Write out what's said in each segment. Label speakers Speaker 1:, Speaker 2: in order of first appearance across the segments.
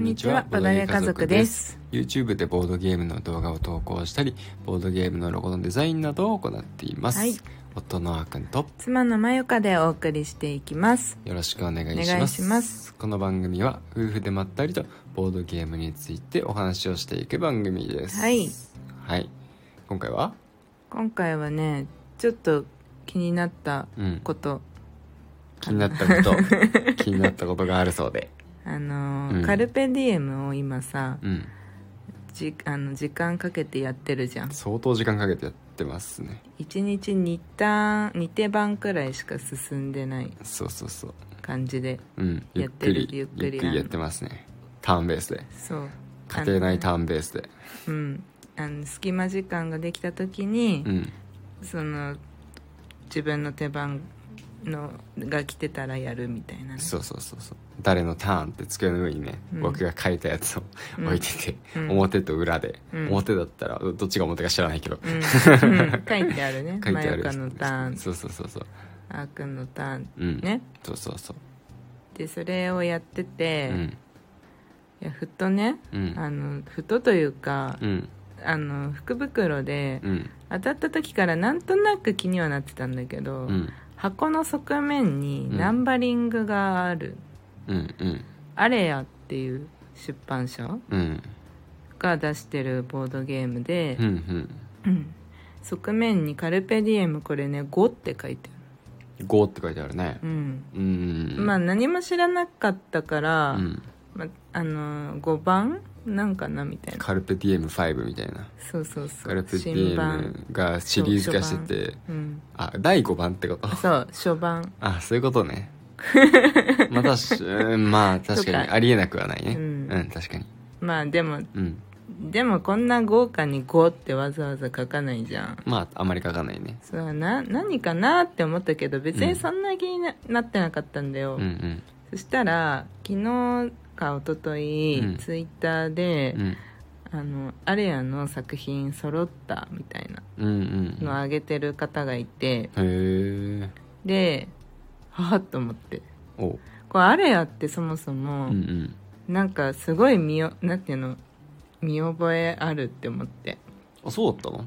Speaker 1: にちは
Speaker 2: ボードゲー家族です
Speaker 1: YouTube でボードゲームの動画を投稿したりボードゲームのロゴのデザインなどを行っています、
Speaker 2: はい
Speaker 1: 夫のあーくんと
Speaker 2: 妻のまゆかでお送りしていきます
Speaker 1: よろしくお願いし
Speaker 2: お願
Speaker 1: ま
Speaker 2: い
Speaker 1: す
Speaker 2: します
Speaker 1: この番組は夫婦でまったりとボードゲームについてお話をしていく番組です
Speaker 2: はい、
Speaker 1: はい、今回は
Speaker 2: 今回はねちょっと気になった
Speaker 1: うん
Speaker 2: こと
Speaker 1: 気になったこと 気になったことがあるそうで
Speaker 2: あの、
Speaker 1: うん
Speaker 2: カルペディエムを今さ
Speaker 1: うん
Speaker 2: じあの時間かけてやってるじゃん
Speaker 1: 相当時間かけてやってますね
Speaker 2: 一日2ターン2手番くらいしか進んでない
Speaker 1: そうそうそう
Speaker 2: 感じで
Speaker 1: うんゆ
Speaker 2: や
Speaker 1: っ
Speaker 2: って
Speaker 1: く
Speaker 2: る
Speaker 1: りゆっく
Speaker 2: ゆっくり
Speaker 1: りやってますねターンベースで
Speaker 2: そう
Speaker 1: 家庭内タ
Speaker 2: あ
Speaker 1: ーンベースで
Speaker 2: のうんあの隙間時間ができた時に
Speaker 1: う、ん
Speaker 2: その自分の手番のが来てたらやるみたいなね
Speaker 1: そうそうそうそう誰のターンって机の上にね、
Speaker 2: うん
Speaker 1: 僕が書いたやつを
Speaker 2: うん
Speaker 1: 置いてて、
Speaker 2: うん
Speaker 1: 表と裏で、
Speaker 2: うん
Speaker 1: 表だったらどっちが表か知らないけど、
Speaker 2: うんうん書いてある ね
Speaker 1: 書いてある
Speaker 2: マヨカのターン
Speaker 1: そうそうそうそう
Speaker 2: あーくんのターン
Speaker 1: うん
Speaker 2: ね
Speaker 1: そうそうそう
Speaker 2: でそれをやってて、
Speaker 1: うん
Speaker 2: いやふとね
Speaker 1: うん
Speaker 2: あのふとというか、
Speaker 1: うん
Speaker 2: あの福袋で
Speaker 1: うん
Speaker 2: 当たった時からなんとなく気にはなってたんだけど、
Speaker 1: うん
Speaker 2: 箱の側面に
Speaker 1: うん
Speaker 2: ナンバリングがある、
Speaker 1: うんうん
Speaker 2: アレアっていう出版社
Speaker 1: うん
Speaker 2: が出してるボードゲームで
Speaker 1: うんう、ん
Speaker 2: うん側面に「カルペディエム」これね「5」って書いて
Speaker 1: 5って書いてあるね
Speaker 2: ある、うん
Speaker 1: うん
Speaker 2: まあ何も知らなかったから、
Speaker 1: うん
Speaker 2: まあの5番なんかなみたいな
Speaker 1: カルペディエム5みたいな
Speaker 2: そうそうそ
Speaker 1: カル
Speaker 2: う
Speaker 1: ペディエム、がシリーズ化してて
Speaker 2: うん、
Speaker 1: あ第5番ってこと
Speaker 2: そう初版
Speaker 1: あそういうことねまあ確しうんまあ確かに
Speaker 2: とか
Speaker 1: ありえなくはないねう
Speaker 2: うんん、
Speaker 1: 確かに
Speaker 2: まあでも
Speaker 1: うん
Speaker 2: でもこんな豪華に5ってわざわざ書かないじゃん
Speaker 1: まああまり書かないね
Speaker 2: そうな何かなって思ったけど別
Speaker 1: うん
Speaker 2: にそんな気にな,、なってなかったんだよ、
Speaker 1: うんうん
Speaker 2: そしたら昨日か一昨日、
Speaker 1: うん
Speaker 2: ツイッターで、
Speaker 1: うん
Speaker 2: あのアレアの作品揃ったみたいな
Speaker 1: うんうん
Speaker 2: のを上げてる方がいて、
Speaker 1: へえ
Speaker 2: ではっと思って
Speaker 1: おう
Speaker 2: これアレアってそもそも、
Speaker 1: うんうん
Speaker 2: なんかすごい見よなんていうの見覚えあるって思って
Speaker 1: あそうだったの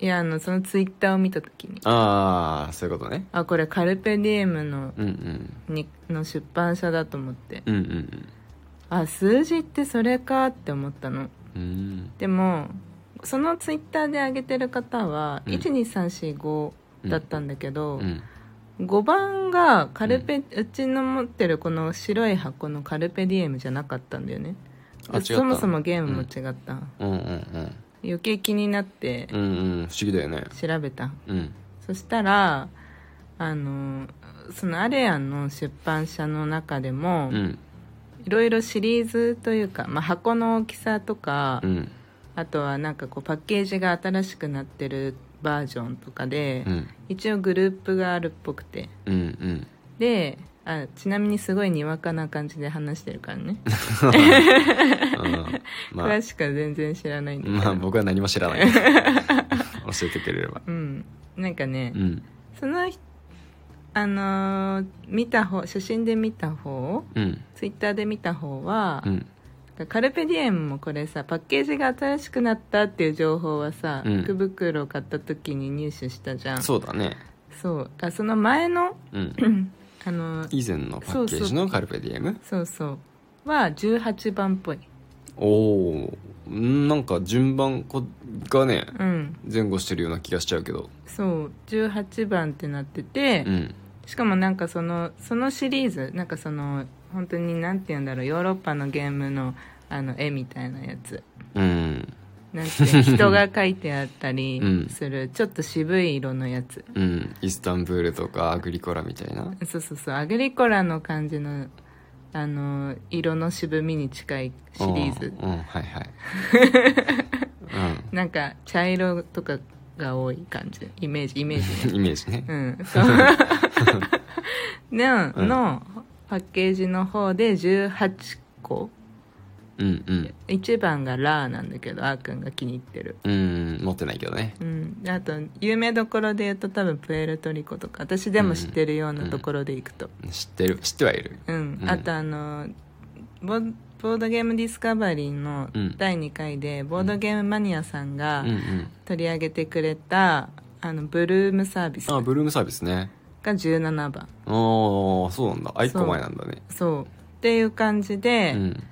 Speaker 2: いやあのそのツイッターを見た時に
Speaker 1: ああそういうことね
Speaker 2: あこれカルペディエムの
Speaker 1: うんうん
Speaker 2: にの出版社だと思って
Speaker 1: うんうん
Speaker 2: あ数字ってそれかって思ったの
Speaker 1: うんうん
Speaker 2: でもそのツイッターで上げてる方は、
Speaker 1: うん
Speaker 2: 12345だったんだけど、
Speaker 1: うん
Speaker 2: 5番がカルペ、うちの持ってるこの白い箱のカルペディエムじゃなかったんだよね
Speaker 1: あ違った
Speaker 2: そもそもゲームも違った、
Speaker 1: うんうんうん
Speaker 2: 余計気になって
Speaker 1: うんうん不思議だよね
Speaker 2: 調べた、
Speaker 1: うん
Speaker 2: そしたらあのそのアレアンの出版社の中でも
Speaker 1: うん
Speaker 2: いろいろシリーズというか、まあ、箱の大きさとか、
Speaker 1: うん
Speaker 2: あとはなんかこうパッケージが新しくなってるバージョンとかで、
Speaker 1: うん
Speaker 2: 一応グループがあるっぽくて
Speaker 1: うんうん
Speaker 2: であちなみにすごいにわかな感じで話してるからね、
Speaker 1: うん まあ
Speaker 2: 詳しくは全然知らないんだけど、
Speaker 1: まあ僕は何も知らない教えてくれれば
Speaker 2: うんなんかね、
Speaker 1: うん
Speaker 2: そのひあのー見た方写真で見た方
Speaker 1: うん
Speaker 2: ツイッターで見た方は
Speaker 1: う、ん
Speaker 2: カルペディエムもこれさパッケージが新しくなったっていう情報はさ、
Speaker 1: うん
Speaker 2: 福袋を買った時に入手したじゃん
Speaker 1: そうだね
Speaker 2: そうあその前の
Speaker 1: うん
Speaker 2: あの
Speaker 1: 以前のパッケージのカルペディエム
Speaker 2: そうそうは18番っぽい
Speaker 1: おおーなんか順番こがね
Speaker 2: うん
Speaker 1: 前後してるような気がしちゃうけど
Speaker 2: そう18番ってなってて、
Speaker 1: うん
Speaker 2: しかもなんかそのそのシリーズなんかその本当になんて言うんだろうヨーロッパのゲームのあの絵みたいなやつ
Speaker 1: うん
Speaker 2: なんて いうの人が描いてあった
Speaker 1: うん
Speaker 2: りする、ちょっと渋い色のやつ
Speaker 1: うんイスタンブールとかアグリコラみたいな
Speaker 2: そうそうそうアグリコラの感じのあの色の渋みに近いシリーズ
Speaker 1: うんうんはいはい
Speaker 2: なんか茶色とかが多い感じイメージイメー ジ
Speaker 1: う
Speaker 2: ね
Speaker 1: んイメージね
Speaker 2: うん そうの,、
Speaker 1: うん
Speaker 2: のパッケージの方で18個
Speaker 1: うんうん
Speaker 2: 1番がラーなんだけどあーくんが気に入ってる
Speaker 1: うん持ってないけどね
Speaker 2: うん、あと有名どころで言うと多分プエルトリコとか私でも知ってるようなところで行くと
Speaker 1: 知ってる知ってはいる
Speaker 2: うん、
Speaker 1: うん
Speaker 2: あとあのボボードゲームディスカバリーの
Speaker 1: うん
Speaker 2: 第2回で、ボードゲームマニアさんが
Speaker 1: うんうん
Speaker 2: 取り上げてくれた、あのブルームサービス
Speaker 1: あ
Speaker 2: が
Speaker 1: ブルームサービスね
Speaker 2: 17番
Speaker 1: ああそうなんだあ一個前なんだね
Speaker 2: そうっていう感じ
Speaker 1: う
Speaker 2: で、
Speaker 1: ん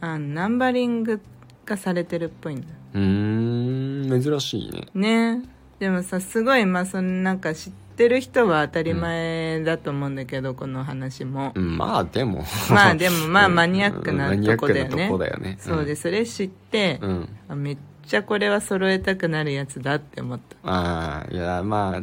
Speaker 2: あのナンバリングがされてるっぽいんだ
Speaker 1: うーん珍しいね
Speaker 2: ねでもさすごいまあそのなんか知ってる人は当たり前だと思うんだけど、この話も、
Speaker 1: うんまあでも
Speaker 2: まあ でもまあ
Speaker 1: うん
Speaker 2: マニアックな
Speaker 1: うん
Speaker 2: とこだよね
Speaker 1: マニアックなとこだよね
Speaker 2: そうですそれ知って、
Speaker 1: うん
Speaker 2: あめっちゃこれは揃えたくなるやつだって思った
Speaker 1: ああいやまあ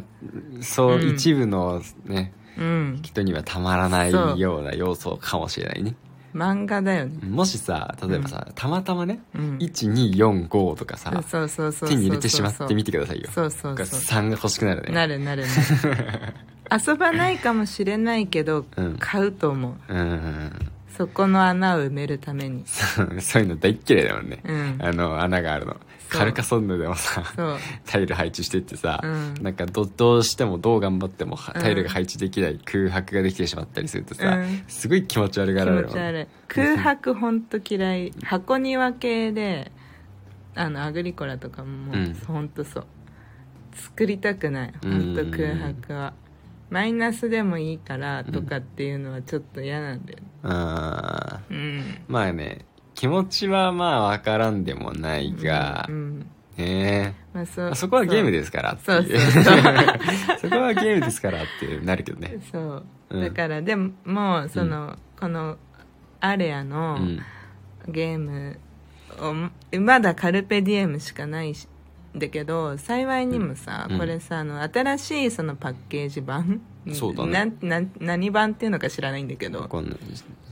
Speaker 1: そう、
Speaker 2: うん
Speaker 1: 一部のね
Speaker 2: うん
Speaker 1: 人にはたまらない
Speaker 2: そう
Speaker 1: ような要素かもしれないね
Speaker 2: 漫画だよね
Speaker 1: もしさ例えばさ、たまたまね、
Speaker 2: うん
Speaker 1: 1245とかさ
Speaker 2: そうそうそうそうそう
Speaker 1: 手に入れてしまってみてくださいよ
Speaker 2: そうそう
Speaker 1: が
Speaker 2: そう
Speaker 1: 3が欲しくなるね
Speaker 2: なるなる なる遊ばないかもしれないけど、
Speaker 1: うん
Speaker 2: 買うと思う
Speaker 1: うん
Speaker 2: そこの穴を埋めるために
Speaker 1: そういうの大っ嫌いだもんね、
Speaker 2: うん
Speaker 1: あの穴があるのカルカソンヌでもさ
Speaker 2: そう
Speaker 1: タイル配置してってさ、
Speaker 2: うん
Speaker 1: なんかどどうしてもどう頑張ってもは
Speaker 2: うん
Speaker 1: タイルが配置できない空白ができてしまったりするとさ、
Speaker 2: うん
Speaker 1: すごい気持ち悪が
Speaker 2: 気
Speaker 1: られ
Speaker 2: 持
Speaker 1: る
Speaker 2: ち悪い空白ほんと嫌い箱庭系であのアグリコラとかも
Speaker 1: うん
Speaker 2: ほんとそう作りたくないほ
Speaker 1: うん
Speaker 2: んと空白はマイナスでもいいからとかっていうのはちょっと嫌なんだよね
Speaker 1: あー
Speaker 2: うん
Speaker 1: まあね気持ちはまあ分からんでもないが、
Speaker 2: うん
Speaker 1: ねえ
Speaker 2: まあそ
Speaker 1: あそこはゲームですからって
Speaker 2: そう
Speaker 1: い
Speaker 2: そううそう
Speaker 1: そこはゲームですからってなるけどね
Speaker 2: そう、
Speaker 1: うん
Speaker 2: だからでももうその、このアレア
Speaker 1: う
Speaker 2: の
Speaker 1: ん
Speaker 2: ゲームをまだカルペディエムしかないしだけど幸いにもさ、
Speaker 1: うん
Speaker 2: これさあの新しいそのパッケージ版
Speaker 1: そうだね
Speaker 2: なんなん何版っていうのか知らないんだけど
Speaker 1: こんな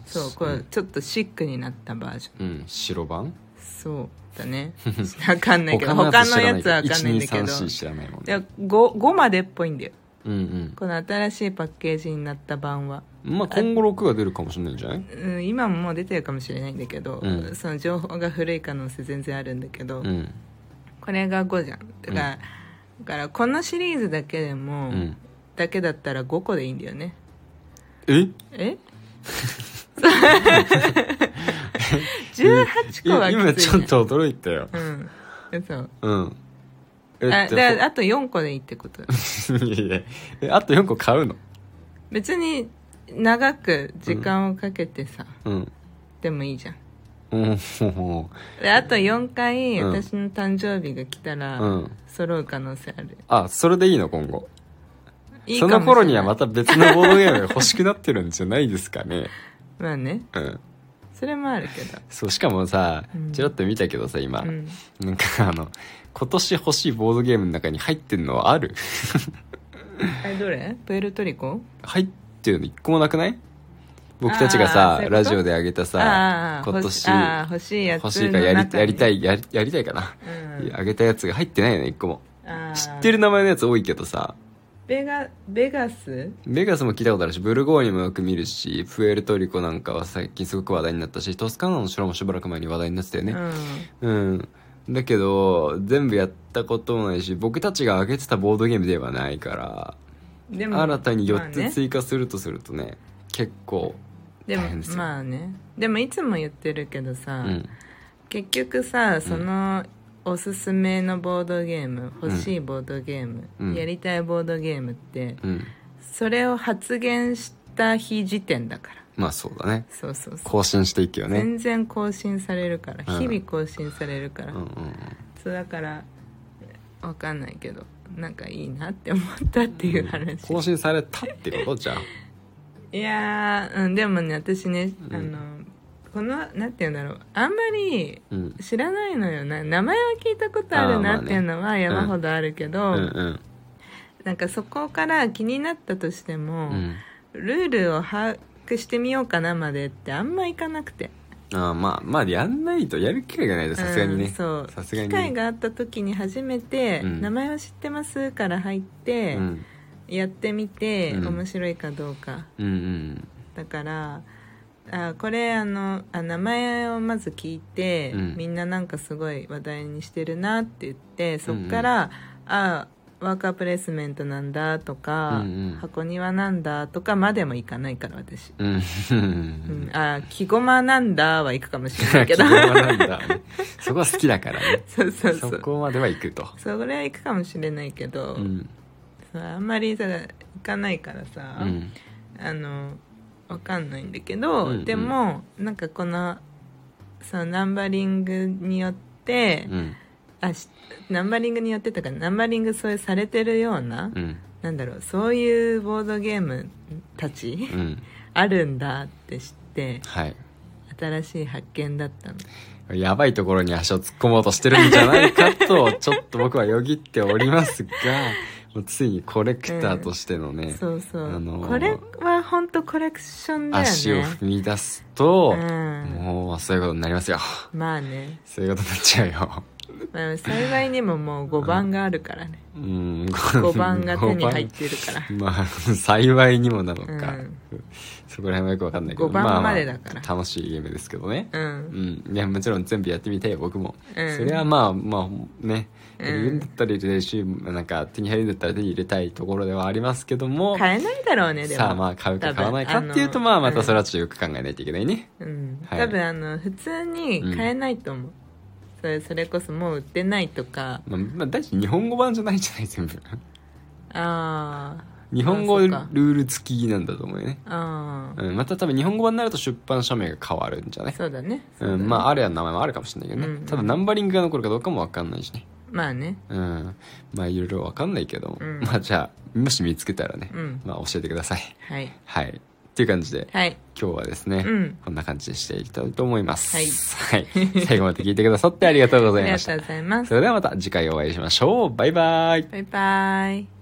Speaker 2: そうこうちょっとシックになったバージョン
Speaker 1: うん白番
Speaker 2: そうだ ね分かんないけど他のやつは分かんないんだけど
Speaker 1: 1234知らないもん
Speaker 2: いや
Speaker 1: ね
Speaker 2: 5, 5までっぽいんだよ
Speaker 1: うん
Speaker 2: この新しいパッケージになった版は
Speaker 1: うんまあ今後6が出るかもしれないんじゃない
Speaker 2: うん、今ももう出てるかもしれないんだけど、
Speaker 1: うん
Speaker 2: その情報が古い可能性全然あるんだけど、
Speaker 1: うん
Speaker 2: これが5じゃんだから,、だからこのシリーズだけでも、
Speaker 1: うん
Speaker 2: だけだったら5個でいいんだよね
Speaker 1: え
Speaker 2: え18個はきつい、ね、
Speaker 1: 今ちょっと驚いたよ
Speaker 2: うんそう
Speaker 1: うんえ
Speaker 2: あ
Speaker 1: じゃあ
Speaker 2: だあと4個でいいってこと
Speaker 1: いやいやえあと4個買うの
Speaker 2: 別に長く時間をかけてさ、
Speaker 1: うん
Speaker 2: でもいいじゃん
Speaker 1: うんうん
Speaker 2: であと4回
Speaker 1: うん
Speaker 2: 私の誕生日が来たら、
Speaker 1: うん
Speaker 2: 揃う可能性ある
Speaker 1: あそれでいいの今後
Speaker 2: いい
Speaker 1: そ
Speaker 2: かも
Speaker 1: の
Speaker 2: しれない
Speaker 1: 頃にはまた別のボードゲームが欲しくなってるんじゃないですかね
Speaker 2: まあね
Speaker 1: うん
Speaker 2: それもあるけど
Speaker 1: そうしかもさ
Speaker 2: うん
Speaker 1: ちらっと見たけどさ今、
Speaker 2: うん
Speaker 1: なんかあの今年欲しいボードゲームの中に入ってるのはある
Speaker 2: えどれプエルトリコ
Speaker 1: 入ってるの一個もなくない僕たちがさ
Speaker 2: あーそういうこと
Speaker 1: ラジオであげたさ
Speaker 2: あー
Speaker 1: 今
Speaker 2: 欲し
Speaker 1: 年
Speaker 2: あー欲しいやつ
Speaker 1: 欲しいからやりやりた
Speaker 2: い、
Speaker 1: いやりやりたいかな、
Speaker 2: うん
Speaker 1: いやあげたやつが入ってないよね一個も
Speaker 2: あー
Speaker 1: 知ってる名前のやつ多いけどさ
Speaker 2: ベガベガス
Speaker 1: ベガスも聞いたことあるしブルゴーニュもよく見るしプエルトリコなんかは最近すごく話題になったしトスカーナの城もしばらく前に話題になってたよ
Speaker 2: う
Speaker 1: ね、
Speaker 2: ん
Speaker 1: うん。だけど、全部やったこともないし、僕たちが上げてたボードゲームではないから、
Speaker 2: で
Speaker 1: 新たに
Speaker 2: まあ
Speaker 1: 4
Speaker 2: ね
Speaker 1: つ追加するとするとね、結構、
Speaker 2: でも
Speaker 1: 大変ですよ
Speaker 2: まあねでもいつも言ってるけど
Speaker 1: う
Speaker 2: さ、
Speaker 1: ん。
Speaker 2: 結局さその、おすすめのボードゲーム欲しいボードゲーム、
Speaker 1: うん
Speaker 2: やりたいボードゲームって
Speaker 1: うん。
Speaker 2: それを発言した日時点だから
Speaker 1: まあそうだね。
Speaker 2: そうそうそう
Speaker 1: 更新していくよね。
Speaker 2: 全然更新されるから、
Speaker 1: うん
Speaker 2: 日々更新されるから、
Speaker 1: うんうんうん。
Speaker 2: そうだからわかんないけどなんかいいなって思ったっていう話、
Speaker 1: 更新されたってことじゃあ。
Speaker 2: いやー、うん、でもね私ね、
Speaker 1: うん
Speaker 2: あのこのなんて言うんだろうあんまり
Speaker 1: うん。
Speaker 2: 知らないのよな名前は聞いたことある
Speaker 1: あーまあ
Speaker 2: な
Speaker 1: ね
Speaker 2: っていうのは山ほどあるけ
Speaker 1: う
Speaker 2: ど、
Speaker 1: んうん。
Speaker 2: なんかそこから気になったとしても、
Speaker 1: うん。
Speaker 2: ルールを把握してみようかなまでってあんまいかなくて
Speaker 1: ああまあ、まあやんないと、やる機会がないとさすがに
Speaker 2: う
Speaker 1: ね。
Speaker 2: んそう
Speaker 1: さすがに
Speaker 2: 機会があった時に初めて「
Speaker 1: うん
Speaker 2: 名前を知ってます」から入って、
Speaker 1: うん。
Speaker 2: やってみて、
Speaker 1: うん
Speaker 2: 面白いかどうか
Speaker 1: うんうん。
Speaker 2: だからあこれあのあ名前をまず聞いて、
Speaker 1: うん
Speaker 2: みんななんかすごい話題にしてるなって言ってそっから、あワーカープレイスメントなんだとか、
Speaker 1: うんうん
Speaker 2: 箱庭なんだとかまでもいかないから私、
Speaker 1: うん
Speaker 2: うん、あ木駒なんだは行くかもしれないけ
Speaker 1: 希
Speaker 2: ど
Speaker 1: 望はなんだそこは好きだからね
Speaker 2: そうそうそ
Speaker 1: そうこまでは行くと、
Speaker 2: それは行くかもしれないけど、
Speaker 1: うん
Speaker 2: そうあんまりさ行かないからさ、
Speaker 1: うん、
Speaker 2: あのわかんないんだけど、
Speaker 1: うんうん
Speaker 2: でもなんかこのそのナンバリングによって、
Speaker 1: うん
Speaker 2: あしナンバリングによってとかナンバリングそういうされてるような、
Speaker 1: うん
Speaker 2: なんだろうそういうボードゲームたち
Speaker 1: うん
Speaker 2: あるんだって知って
Speaker 1: はい
Speaker 2: 新しい発見だったの
Speaker 1: やばいところに足を突っ込もうとしてるんじゃないかと、ちょっと僕はよぎっておりますが、もうついにコレクターとしてのね、
Speaker 2: そうそう、
Speaker 1: あのー
Speaker 2: これは本当コレクションだよね
Speaker 1: 足を踏み出すと、
Speaker 2: うん、
Speaker 1: もうそういうことになりますよ。
Speaker 2: まあね、
Speaker 1: そういうことになっちゃうよ。
Speaker 2: まあ、幸いにももう5番があるから ね
Speaker 1: うん、。
Speaker 2: 5番が手に入っててるから
Speaker 1: まあ、幸いにもなのか、
Speaker 2: うん
Speaker 1: そこら辺はよくわかんないけど、
Speaker 2: 五番
Speaker 1: ああ
Speaker 2: までだから
Speaker 1: 楽しいゲームですけどね。
Speaker 2: うん
Speaker 1: うん、いやもちろん全部やってみたいよ僕も、
Speaker 2: うん
Speaker 1: それはまあまあね
Speaker 2: うん
Speaker 1: やるんだったら入れるし、なんか手に入るんだったら手に入れたいところではありますけども、
Speaker 2: 買えないだろうねでも
Speaker 1: さあまあ買うか買わないか
Speaker 2: 多分
Speaker 1: っていうとまあまたそれ
Speaker 2: の
Speaker 1: はちょっとよく考えないといけないね、
Speaker 2: うん、うん
Speaker 1: はい
Speaker 2: 多分あの普通に買えないと思う、それそれこそもう売ってないとか
Speaker 1: まあ、まあ大体日本語版じゃないじゃない全部
Speaker 2: あ
Speaker 1: 日本語
Speaker 2: あそ
Speaker 1: ル
Speaker 2: うか
Speaker 1: ール付きなんだと思うよね、
Speaker 2: あああ
Speaker 1: うん、また多分日本語版になると出版社名が変わるんじゃね
Speaker 2: そうだねそう
Speaker 1: う
Speaker 2: だね
Speaker 1: ん、まああれや名前もあるかもしれないけどね、
Speaker 2: うん
Speaker 1: ただナンバリングが残るかどうかもわかんないしね
Speaker 2: まあね
Speaker 1: うんまあいろいろわかんないけど、
Speaker 2: うん
Speaker 1: まあじゃあもし見つけたらね、
Speaker 2: うん
Speaker 1: まあ教えてください
Speaker 2: はい
Speaker 1: はいっていう感じで
Speaker 2: はい
Speaker 1: 今日はですね、
Speaker 2: うん
Speaker 1: こんな感じにしていきたいと思います、
Speaker 2: はい
Speaker 1: はい、最後まで聞いてくださってありがとうご ざい
Speaker 2: あり
Speaker 1: ま
Speaker 2: が
Speaker 1: し
Speaker 2: と
Speaker 1: た
Speaker 2: うございます
Speaker 1: それではまた次回お会いしましょうバイバイ
Speaker 2: バイバイ